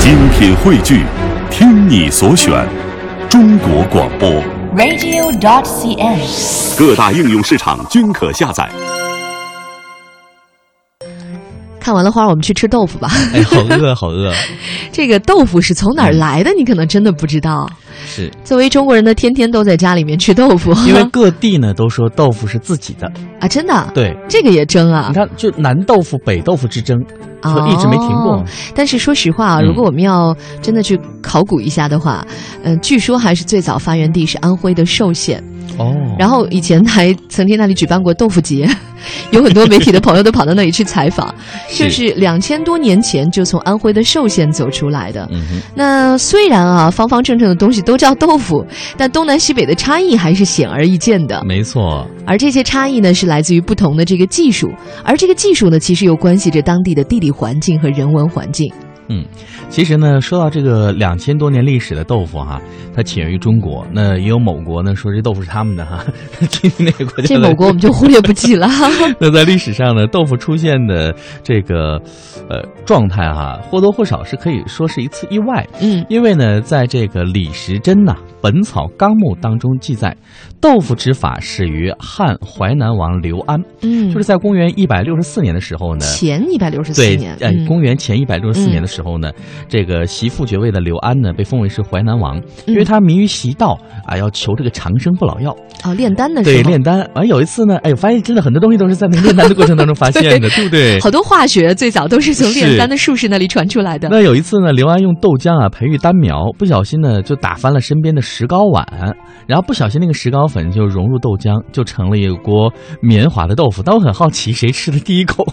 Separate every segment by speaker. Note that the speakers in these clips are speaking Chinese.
Speaker 1: 精品汇聚，听你所选，中国广播。
Speaker 2: radio.cn。
Speaker 1: 各大应用市场均可下载。
Speaker 3: 看完了花儿，我们去吃豆腐吧。
Speaker 4: 哎，好饿，好饿。
Speaker 3: 这个豆腐是从哪儿来的，你可能真的不知道。
Speaker 4: 是
Speaker 3: 作为中国人的，天天都在家里面吃豆腐，
Speaker 4: 因为各地呢都说豆腐是自己的，
Speaker 3: 啊，真的，
Speaker 4: 对，
Speaker 3: 这个也争啊
Speaker 4: 你。看就南豆腐北豆腐之争，就一直没停过
Speaker 3: 哦。但是说实话啊，
Speaker 4: 嗯
Speaker 3: 如果我们要真的去考古一下的话，嗯、据说还是最早发源地是安徽的寿县，
Speaker 4: 哦，
Speaker 3: 然后以前还曾经那里举办过豆腐节， 有很多媒体的朋友都跑到那里去采 访，这是两千多年前就从安徽的寿县走出来的。
Speaker 4: 嗯哼，
Speaker 3: 那虽然啊，方方正正的东西都叫豆腐， 但东南西北的差异还是显而易见的。
Speaker 4: 没错，
Speaker 3: 而这些差异呢，是来自于不同的这个技术，而这个技术呢，其实又关系着当地的地理环境和人文环 境。
Speaker 4: 嗯，其实呢，说到这个两千多年历史的豆腐哈、它起源于中国，那也有某国呢说这豆腐是他们的哈、 具体哪个国家
Speaker 3: 这
Speaker 4: 的
Speaker 3: 某国我们就忽略不计了。
Speaker 4: 那在历史上呢，豆腐出现的这个呃状态哈、或多或少是可以说是一次意外。
Speaker 3: 嗯，
Speaker 4: 因为呢，在这个李时珍呐、本草纲目》当中记载，豆腐之法始于汉淮南王刘安，
Speaker 3: 嗯，
Speaker 4: 就是在公元一百六十四年的时候呢。
Speaker 3: 前一百六十四
Speaker 4: 对
Speaker 3: 年，，
Speaker 4: 呃，
Speaker 3: 嗯
Speaker 4: 公元前一百六十四
Speaker 3: 嗯
Speaker 4: 年的时候呢，这个袭父爵位的刘安呢，被封为是淮南王，因为
Speaker 3: 嗯
Speaker 4: 他迷于习道啊，要求这个长生不老药。
Speaker 3: 哦，炼丹的时候，
Speaker 4: 对，炼丹。完有一次呢，哎，我发现真的很多东西都是在那个炼丹的过程当中发 现的，对不对？
Speaker 3: 好多化学最早都是从炼
Speaker 4: 是
Speaker 3: 丹的术士那里传出来的。
Speaker 4: 那有一次呢，刘安用豆浆啊培育丹苗，不小心呢就打翻了身边的石膏碗，然后不小心那个石膏粉就融入豆浆，就成了一锅绵滑的豆腐。但我很好奇，谁吃的第一口？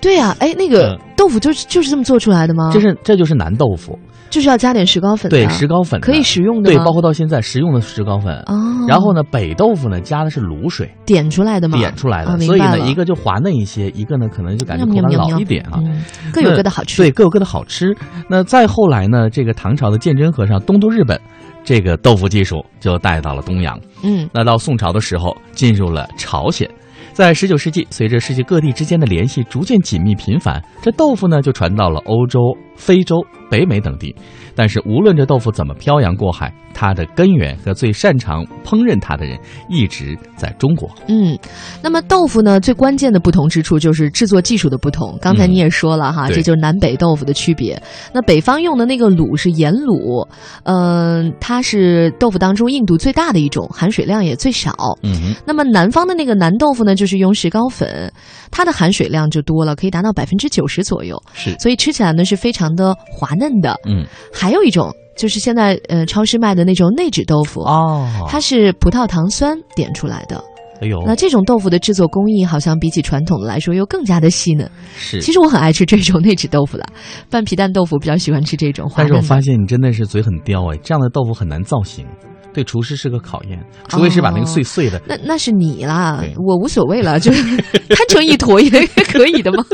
Speaker 3: 对呀、啊，哎，那个
Speaker 4: 嗯
Speaker 3: 豆腐就是就是这么做出来的吗？
Speaker 4: 这是这就是南豆腐，
Speaker 3: 就是要加点石膏粉的，
Speaker 4: 对，石膏粉的
Speaker 3: 可以食用的
Speaker 4: 对，
Speaker 3: 吗？
Speaker 4: 包括到现在食用的石膏粉。
Speaker 3: 哦，
Speaker 4: 然后呢，北豆腐呢加的是卤水
Speaker 3: 点出来的嘛，
Speaker 4: 点出来
Speaker 3: 啊
Speaker 4: 的，
Speaker 3: 明
Speaker 4: 所以
Speaker 3: 白
Speaker 4: 呢，
Speaker 3: 了
Speaker 4: 一个就滑嫩一些，一个呢可能就感觉口
Speaker 3: 喵
Speaker 4: 感
Speaker 3: 喵喵
Speaker 4: 老
Speaker 3: 喵
Speaker 4: 一点啊。
Speaker 3: 嗯，各有各的好吃。
Speaker 4: 对，各有各的好吃。那再后来呢，这个唐朝的鉴真和尚东渡日本，这个豆腐技术就带到了东洋。
Speaker 3: 嗯，
Speaker 4: 那到宋朝的时候，进入了朝鲜。在19世纪，随着世界各地之间的联系逐渐紧密频繁，这豆腐呢就传到了欧洲、非洲、北美等地。但是，无论这豆腐怎么漂洋过海，它的根源和最擅长烹饪它的人一直在中国。
Speaker 3: 嗯，那么豆腐呢，最关键的不同之处就是制作技术的不同。刚才
Speaker 4: 嗯
Speaker 3: 你也说了哈，
Speaker 4: 对
Speaker 3: 这就是南北豆腐的区别。那北方用的那个卤是盐卤，嗯、它是豆腐当中硬度最大的一种，含水量也最少。
Speaker 4: 嗯哼，
Speaker 3: 那么南方的那个南豆腐呢，就是用石膏粉，它的含水量就多了，可以达到百分之九十左右，
Speaker 4: 是，
Speaker 3: 所以吃起来呢是非常的滑嫩的。
Speaker 4: 嗯，
Speaker 3: 还有一种就是现在呃超市卖的那种内酯豆腐，
Speaker 4: 哦，
Speaker 3: 它是葡萄糖酸点出来的。
Speaker 4: 哎呦，
Speaker 3: 那这种豆腐的制作工艺好像比起传统的来说又更加的细嫩。
Speaker 4: 是，
Speaker 3: 其实我很爱吃这种内酯豆腐 的，拌皮蛋豆腐比较喜欢吃这种滑
Speaker 4: 但是我
Speaker 3: 嫩的。
Speaker 4: 发现你真的是嘴很刁哎，这样的豆腐很难造型，对厨师是个考验，除非是把那个碎碎的。
Speaker 3: 那那是你啦
Speaker 4: 对，
Speaker 3: 我无所谓了，就是摊成一坨也可以的嘛。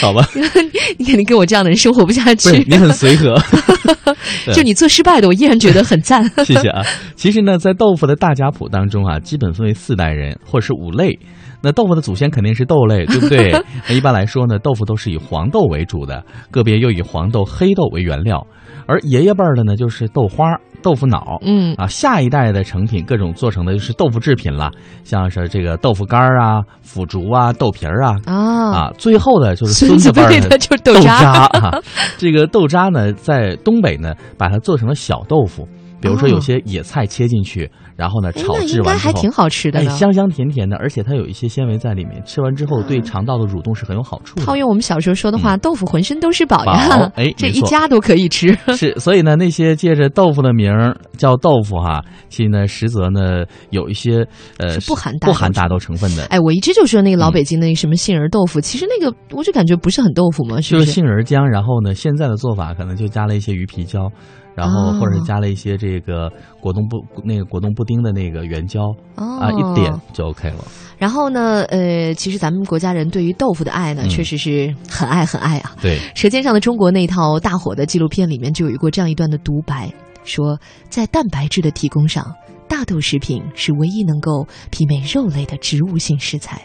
Speaker 4: 好 吧，
Speaker 3: 你肯定跟我这样的人生活不下
Speaker 4: 不是
Speaker 3: 去。
Speaker 4: 你很随和，对
Speaker 3: 就你做失败的，我依然觉得很 赞。
Speaker 4: 谢谢啊。其实呢，在豆腐的大家谱当中啊，基本分为四代人或者是五类。那豆腐的祖先肯定是豆类，对不 对？那一般来说呢，豆腐都是以黄豆为主的，个别又以黄豆、黑豆为原料。而爷爷辈儿的呢，就是豆花、豆腐脑，
Speaker 3: 嗯
Speaker 4: 啊，下一代的成品各种做成的就是豆腐制品了，像是这个豆腐干儿啊、腐竹啊、豆皮儿啊
Speaker 3: 啊，
Speaker 4: 啊，最后的就是
Speaker 3: 孙
Speaker 4: 孙
Speaker 3: 子
Speaker 4: 辈儿
Speaker 3: 辈的就是豆
Speaker 4: 豆
Speaker 3: 渣
Speaker 4: 啊。这个豆渣呢，在东北呢，把它做成了小豆腐，比如说有些野菜切进去，然后呢
Speaker 3: 哦哎
Speaker 4: 炒
Speaker 3: 那
Speaker 4: 制
Speaker 3: 应该
Speaker 4: 完之
Speaker 3: 还
Speaker 4: 后，
Speaker 3: 挺好吃的
Speaker 4: 哎，
Speaker 3: 呢。
Speaker 4: 香香甜甜的，而且它有一些纤维在里面，吃完之后对肠道的蠕动是很有好处的。
Speaker 3: 嗯套用我们小时候说的话，豆腐浑身都是宝呀
Speaker 4: 嗯宝，哎
Speaker 3: 这
Speaker 4: 没
Speaker 3: 一
Speaker 4: 错
Speaker 3: 家都可以 吃。
Speaker 4: 是，所以呢，那些借着豆腐的名儿叫豆腐哈、其实呢，实则呢有一些呃
Speaker 3: 是不含大
Speaker 4: 不
Speaker 3: 豆
Speaker 4: 含
Speaker 3: 成
Speaker 4: 大豆成分的，
Speaker 3: 哎，我一直就说那个老
Speaker 4: 嗯
Speaker 3: 北京的那个什么杏仁豆腐，其实那个我就感觉不是很豆腐嘛，是
Speaker 4: 就
Speaker 3: 不
Speaker 4: 是
Speaker 3: 是？
Speaker 4: 杏仁浆。然后呢，现在的做法可能就加了一些鱼皮胶，然后或者
Speaker 3: 哦
Speaker 4: 加了一些这个果冻布那个果冻布丁的那个原胶
Speaker 3: 哦
Speaker 4: 啊，一点。就 OK 了。
Speaker 3: 然后呢，呃，其实咱们国家人对于豆腐的爱呢，
Speaker 4: 嗯
Speaker 3: 确实是很爱很爱啊。
Speaker 4: 对，
Speaker 3: 《舌尖上的中国》那套大火的纪录片里面就有过这样一段的独白，说在蛋白质的提供上，大豆食品是唯一能够媲美肉类的植物性食材。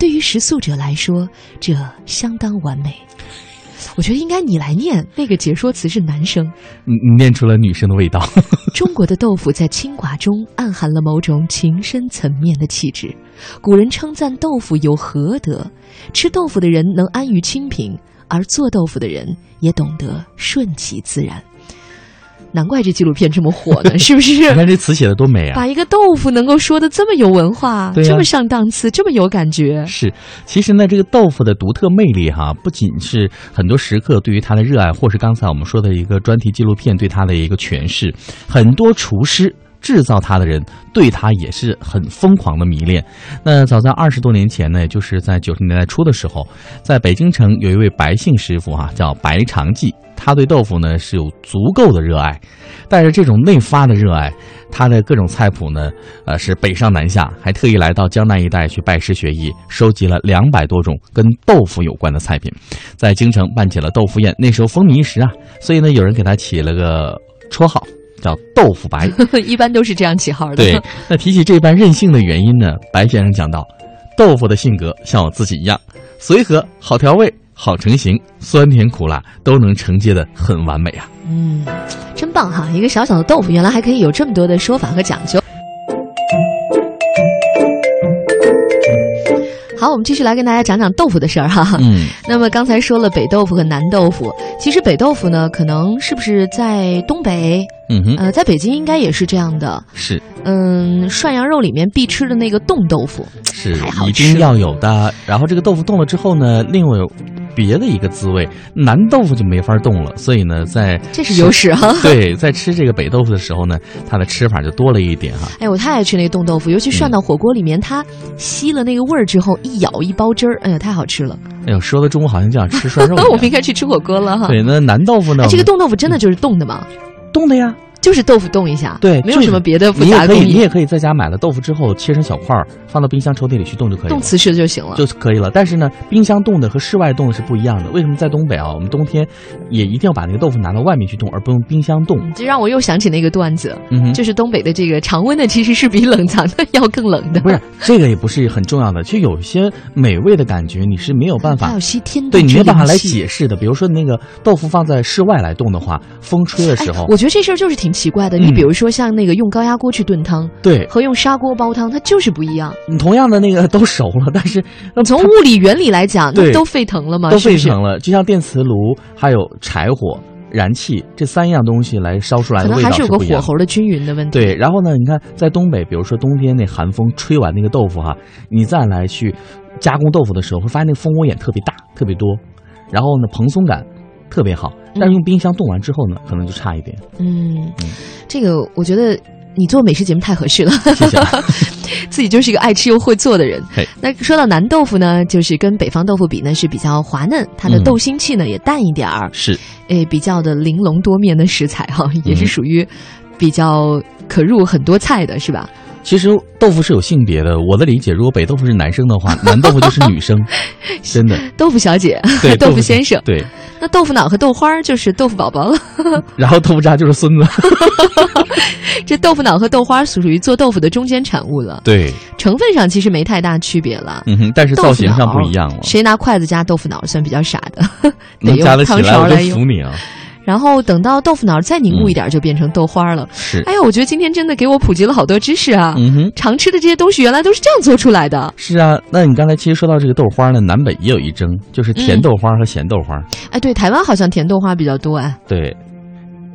Speaker 3: 对于食素者来说，这相当完美。我觉得应该你来念那个解说词是男生。
Speaker 4: 你你念出了女生的味道。
Speaker 3: 中国的豆腐在清寡中暗含了某种情深层面的气质。古人称赞豆腐有何德？吃豆腐的人能安于清贫，而做豆腐的人也懂得顺其自然。难怪这纪录片这么火 呢，是不
Speaker 4: 你
Speaker 3: 是？
Speaker 4: 看这词写的多美啊！
Speaker 3: 把一个豆腐能够说的这么有文化，
Speaker 4: 对呀
Speaker 3: 这么上档次，这么有感 觉，
Speaker 4: 是，其实呢，这个豆腐的独特魅力哈、不仅是很多食客对于它的热爱，或是刚才我们说的一个专题纪录片对它的一个诠释，很多厨师。制造它的人对它也是很疯狂的迷恋。那早在二十多年前呢，也就是在九十年代初的时候，在北京城有一位白姓师傅哈、叫白长记，他对豆腐呢是有足够的热爱，带着这种内发的热爱，他的各种菜谱呢，呃，是北上南下，还特意来到江南一带去拜师学艺，收集了两百多种跟豆腐有关的菜品，在京城办起了豆腐宴，那时候风靡一时啊，所以呢，有人给他起了个绰号叫“豆腐 白”。
Speaker 3: 一般都是这样起号的。
Speaker 4: 对，那提起这般任性的原因呢，白先生讲到，豆腐的性格像我自己一样，随和、好调味、好成型，酸甜苦辣都能承接的很完美啊。
Speaker 3: 嗯，真棒哈！一个小小的豆腐，原来还可以有这么多的说法和讲究。好，我们继续来跟大家讲讲豆腐的事儿哈。
Speaker 4: 嗯，
Speaker 3: 那么刚才说了北豆腐和南豆腐，其实北豆腐呢，可能是不是在东北？
Speaker 4: 嗯哼，
Speaker 3: 呃，在北京应该也是这样的。
Speaker 4: 是
Speaker 3: 嗯，涮羊肉里面必吃的那个冻豆腐，
Speaker 4: 是
Speaker 3: 太好
Speaker 4: 一
Speaker 3: 吃
Speaker 4: 定
Speaker 3: 了
Speaker 4: 要有的。然后这个豆腐冻了之后呢，另外有别的一个滋味，南豆腐就没法冻了，所以呢，在
Speaker 3: 这是优势哈。
Speaker 4: 对在吃这个北豆腐的时候呢，它的吃法就多了一点哈。
Speaker 3: 哎，我太爱吃那个冻豆腐，尤其涮到火锅里面，它吸了那个味儿之后，一咬一包汁儿，哎呀，太好吃了。哦
Speaker 4: 哎呦，说的中午好像就想吃涮肉
Speaker 3: 我们
Speaker 4: 一
Speaker 3: 应
Speaker 4: 样。
Speaker 3: 该去吃火锅了哈。
Speaker 4: 对，那南豆腐呢？
Speaker 3: 哎，这个
Speaker 4: 我
Speaker 3: 冻豆腐真的就是冻的吗？
Speaker 4: 们冻的呀，
Speaker 3: 就是豆腐冻一下，
Speaker 4: 对
Speaker 3: 没有
Speaker 4: 就是
Speaker 3: 什么别的复
Speaker 4: 你也
Speaker 3: 杂
Speaker 4: 可
Speaker 3: 工
Speaker 4: 以，你
Speaker 3: 艺，
Speaker 4: 也可以在家买了豆腐之后切成小块儿，放到冰箱抽屉里去冻就可以了
Speaker 3: 冻。瓷实就行了。
Speaker 4: 就可以了，但是呢，冰箱冻的和室外冻的是不一样的。为什么在东北啊，我们冬天也一定要把那个豆腐拿到外面去冻，而不用冰箱冻？
Speaker 3: 嗯这让我又想起那个段子，
Speaker 4: 嗯哼，
Speaker 3: 就是东北的这个常温的其实是比冷藏的要更冷 的，
Speaker 4: 不是这个也不是很重要的。其实有一些美味的感觉你是没有办
Speaker 3: 它
Speaker 4: 法
Speaker 3: 有，些天地
Speaker 4: 对你
Speaker 3: 之
Speaker 4: 没有办法
Speaker 3: 灵
Speaker 4: 来
Speaker 3: 气
Speaker 4: 解释的。比如说那个豆腐放在室外来冻的话，风吹的时候，
Speaker 3: 哎我觉得这事儿就是挺奇怪的。你
Speaker 4: 嗯
Speaker 3: 比如说像那个用高压锅去炖汤
Speaker 4: 对，
Speaker 3: 和用砂锅煲汤，它就是不一样。
Speaker 4: 你同样的那个都熟了，但是那
Speaker 3: 从物理原理来讲，那
Speaker 4: 对
Speaker 3: 都沸腾了嘛，
Speaker 4: 都
Speaker 3: 是不
Speaker 4: 沸
Speaker 3: 是？
Speaker 4: 腾了， 就像电磁炉还有柴火、燃气这三样东西来烧出来
Speaker 3: 可
Speaker 4: 的
Speaker 3: 能
Speaker 4: 味道
Speaker 3: 还是有个
Speaker 4: 不一
Speaker 3: 火
Speaker 4: 样。
Speaker 3: 候的均匀的问题。
Speaker 4: 对，然后呢？你看，在东北，比如说冬天那寒风吹完那个豆腐哈，你再来去加工豆腐的时候，会发现那个蜂窝眼特别大，特别多，然后呢蓬松感特别好。但是用冰箱冻完之后呢，可能就差一点。
Speaker 3: 嗯，这个我觉得你做美食节目太合适了，
Speaker 4: 谢谢啊。
Speaker 3: 自己就是一个爱吃又会做的人
Speaker 4: 嘿。
Speaker 3: 那说到南豆腐呢，就是跟北方豆腐比呢是比较滑嫩，它的
Speaker 4: 嗯
Speaker 3: 豆腥气呢也淡一点儿，
Speaker 4: 是，
Speaker 3: 诶，比较的玲珑多面的食材哈、也是
Speaker 4: 嗯嗯
Speaker 3: 属于比较可入很多菜的，是吧？
Speaker 4: 其实豆腐是有性别的。我的理解，如果北豆腐是男生的话，南豆腐就是 女生，真的。
Speaker 3: 豆腐小姐
Speaker 4: 对，，
Speaker 3: 豆腐先生，
Speaker 4: 对，
Speaker 3: 那豆腐脑和豆花儿就是豆腐宝宝了。
Speaker 4: 然后豆腐渣就是孙子。
Speaker 3: 这豆腐脑和豆花儿属于做豆腐的中间产物了，
Speaker 4: 对，
Speaker 3: 成分上其实没太大区别了。
Speaker 4: 嗯哼，但是
Speaker 3: 豆腐
Speaker 4: 造型上
Speaker 3: 脑
Speaker 4: 不一样了。
Speaker 3: 谁拿筷子夹豆腐脑儿算比较傻的， 得
Speaker 4: 能
Speaker 3: 用
Speaker 4: 加得起
Speaker 3: 汤
Speaker 4: 来，
Speaker 3: 勺
Speaker 4: 我
Speaker 3: 来
Speaker 4: 就服
Speaker 3: 用。
Speaker 4: 你啊！
Speaker 3: 然后等到豆腐脑儿再凝固一点儿，就变成豆花儿了。
Speaker 4: 嗯 是，
Speaker 3: 哎呦，我觉得今天真的给我普及了好多知识啊！
Speaker 4: 嗯哼，
Speaker 3: 常吃的这些东西原来都是这样做出来的。
Speaker 4: 是啊。那你刚才其实说到这个豆花呢，南北也有一争，
Speaker 3: 嗯
Speaker 4: 就是甜豆花和咸豆花。
Speaker 3: 哎，对，台湾好像甜豆花比较多哎。
Speaker 4: 对，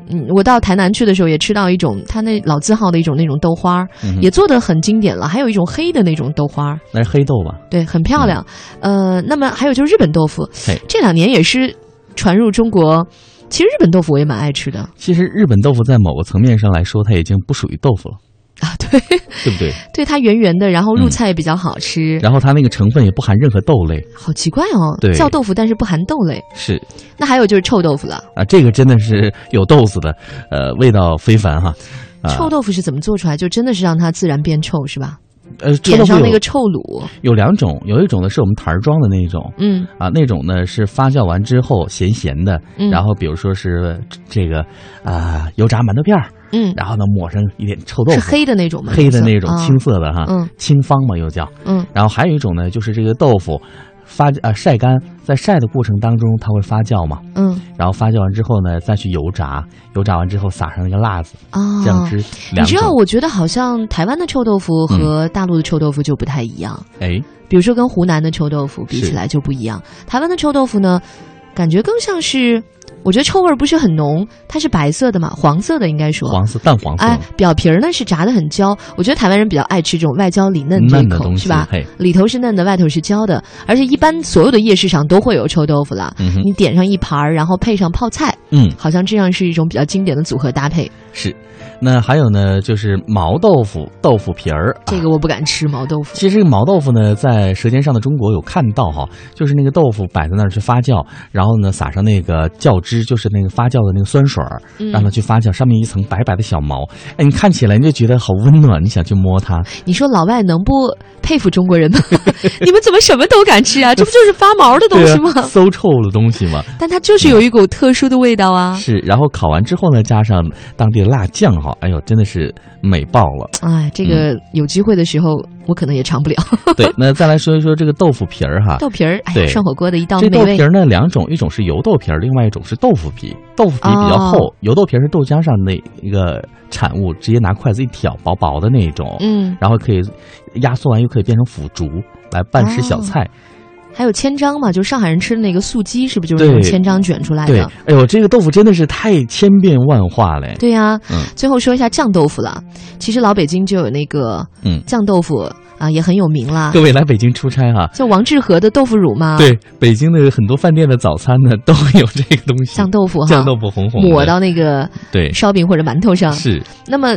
Speaker 3: 嗯，我到台南去的时候也吃到一种它那老字号的一种那种豆花儿，
Speaker 4: 嗯哼
Speaker 3: 也做的很经典了。还有一种黑的那种豆花儿，
Speaker 4: 那是黑豆吧？
Speaker 3: 对，很漂亮。呃，那么还有就是日本豆腐
Speaker 4: 嗯嘿，
Speaker 3: 这两年也是传入中国。其实日本豆腐我也蛮爱吃的
Speaker 4: 其实日本豆腐在某个层面上来说，它已经不属于豆腐了，
Speaker 3: 啊，对，
Speaker 4: 对不对？
Speaker 3: 对，它圆圆的，然后入
Speaker 4: 嗯
Speaker 3: 菜也比较好吃。
Speaker 4: 然后它那个成分也不含任何豆类。
Speaker 3: 好奇怪哦，
Speaker 4: 对
Speaker 3: 叫豆腐但是不含豆类。
Speaker 4: 是
Speaker 3: 那还有就是臭豆腐了，
Speaker 4: 啊，这个真的是有豆子的，呃，味道非凡哈。啊
Speaker 3: 臭豆腐是怎么做出来？就真的是让它自然变臭是吧？
Speaker 4: 呃，臭豆
Speaker 3: 点
Speaker 4: 腐
Speaker 3: 上那
Speaker 4: 有
Speaker 3: 个臭卤，
Speaker 4: 有两种，有一种呢是我们坛儿装的那种，
Speaker 3: 嗯，
Speaker 4: 啊，那种呢是发酵完之后咸咸的，
Speaker 3: 嗯
Speaker 4: 然后比如说是这个啊、油炸馒头片儿，
Speaker 3: 嗯，
Speaker 4: 然后呢抹上一点臭豆
Speaker 3: 是
Speaker 4: 腐，
Speaker 3: 黑的那种吗？
Speaker 4: 黑的那
Speaker 3: 颜色
Speaker 4: 种
Speaker 3: 啊
Speaker 4: 青色的哈，
Speaker 3: 嗯
Speaker 4: 清芳嘛又叫。
Speaker 3: 嗯
Speaker 4: 然后还有一种呢就是这个豆腐，发呃晒干，在晒的过程当中它会发酵嘛，
Speaker 3: 嗯
Speaker 4: 然后发酵完之后呢，再去油炸，油炸完之后撒上那个辣子、
Speaker 3: 啊，
Speaker 4: 酱汁，
Speaker 3: 你
Speaker 4: 两
Speaker 3: 知
Speaker 4: 种嗯
Speaker 3: 道，我觉得好像台湾的臭豆腐和大陆的臭豆腐就不太一样，
Speaker 4: 哎，
Speaker 3: 比如说跟湖南的臭豆腐比
Speaker 4: 是
Speaker 3: 起来就不一样。台湾的臭豆腐呢，感觉更像是，我觉得臭味儿不是很浓，它是白色的嘛，黄色的应该说。
Speaker 4: 黄色淡黄色、
Speaker 3: 哎，表皮儿呢是炸的很焦，我觉得台湾人比较爱吃这种外焦里嫩这一
Speaker 4: 嫩的
Speaker 3: 口，
Speaker 4: 东西
Speaker 3: 是吧？
Speaker 4: 嘿，
Speaker 3: 里头是嫩的，外头是焦的，而且一般所有的夜市上都会有臭豆腐了。
Speaker 4: 嗯哼
Speaker 3: 你点上一盘儿，然后配上泡菜，
Speaker 4: 嗯。
Speaker 3: 好像这样是一种比较经典的组合搭配。
Speaker 4: 是，那还有呢，就是毛豆腐、豆腐皮儿。
Speaker 3: 这
Speaker 4: 啊
Speaker 3: 个我不敢吃毛豆腐。
Speaker 4: 其实这个毛豆腐呢，在《舌尖上的中国》有看到哈，就是那个豆腐摆在那儿去发酵，然后呢撒上那个酵汁，就是那个发酵的那个酸水儿，
Speaker 3: 嗯
Speaker 4: 让它去发酵，上面一层白白的小毛，哎，你看起来你就觉得好温暖，你想去摸它。
Speaker 3: 你说老外能不佩服中国人吗？ 你们怎么什么都敢吃啊？这不就是发毛的东西吗？
Speaker 4: 对啊馊臭的 东西嘛，
Speaker 3: 但它就是有一股特殊的味道啊！
Speaker 4: 是。然后烤完之后呢，加上当地的辣酱哈，哎呦，真的是美爆 了。
Speaker 3: 哎，这
Speaker 4: 嗯
Speaker 3: 个有机会的时候我可能也尝不了
Speaker 4: 对，那再来说一说这个豆腐皮儿哈，
Speaker 3: 豆皮儿，哎呀，
Speaker 4: 对
Speaker 3: 涮火锅的一道
Speaker 4: 这
Speaker 3: 美
Speaker 4: 豆
Speaker 3: 味
Speaker 4: 皮。儿呢，两种，一种是油豆皮儿，另外一种是豆腐皮。豆腐皮比较厚，
Speaker 3: 哦
Speaker 4: 油豆皮儿是豆浆上的一个产物，直接拿筷子一挑，薄薄的那种，
Speaker 3: 嗯，
Speaker 4: 然后可以压缩完又可以变成腐竹来拌吃
Speaker 3: 哦
Speaker 4: 小菜。
Speaker 3: 还有千张嘛，就是上海人吃的那个素鸡，是不是就是用
Speaker 4: 对
Speaker 3: 千张卷出来
Speaker 4: 对
Speaker 3: 的？，
Speaker 4: 哎呦，这个豆腐真的是太千变万化嘞。
Speaker 3: 对呀、
Speaker 4: 嗯
Speaker 3: 最后说一下酱豆腐了。其实老北京就有那个
Speaker 4: 嗯，
Speaker 3: 酱豆腐啊，也很有名啦，
Speaker 4: 各位来北京出差哈、
Speaker 3: 叫王致和的豆腐乳嘛。，
Speaker 4: 对，北京的很多饭店的早餐呢都有这个东西，
Speaker 3: 酱豆腐哈，
Speaker 4: 酱豆腐红红的
Speaker 3: 抹到那个
Speaker 4: 对
Speaker 3: 烧饼或者馒头上。
Speaker 4: 是
Speaker 3: 那么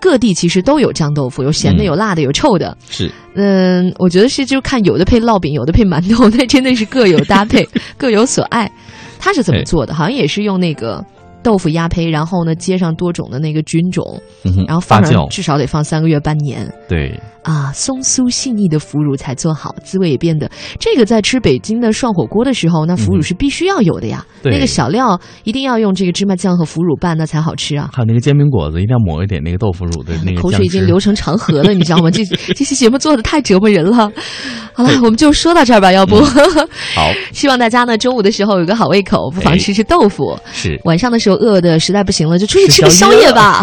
Speaker 3: 各地其实都有酱豆腐，有咸的，
Speaker 4: 嗯
Speaker 3: 有辣的，有臭的。
Speaker 4: 是
Speaker 3: 嗯，我觉得是就看有的配烙饼，有的配馒头，那真的是各有搭 配，各有所爱。他是怎么
Speaker 4: 哎
Speaker 3: 做的？好像也是用那个豆腐压胚，然后呢接上多种的那个菌种，
Speaker 4: 嗯哼
Speaker 3: 然后
Speaker 4: 发
Speaker 3: 放上
Speaker 4: 酵
Speaker 3: 至少得放三个月半年。
Speaker 4: 对。
Speaker 3: 啊，松酥细腻的腐乳才做好，滋味也变得。这个在吃北京的涮火锅的时候，那腐
Speaker 4: 嗯
Speaker 3: 乳是必须要有的呀。
Speaker 4: 对
Speaker 3: 那个小料一定要用这个芝麻酱和腐乳拌，那才好吃啊。
Speaker 4: 还有那个煎饼果子，一定要抹一点那个豆腐乳的那个
Speaker 3: 口
Speaker 4: 酱
Speaker 3: 水已经
Speaker 4: 哎汁
Speaker 3: 流成长河了，你知道 吗？这这期节目做的太折磨人了。好了，我们就说到这儿吧，要不、
Speaker 4: 嗯 好
Speaker 3: 希望大家呢中午的时候有个好胃口，不妨
Speaker 4: 哎
Speaker 3: 吃吃豆腐；
Speaker 4: 是
Speaker 3: 晚上的时候饿的实在不行了，就出去吃个
Speaker 4: 吃宵
Speaker 3: 宵
Speaker 4: 夜
Speaker 3: 夜吧。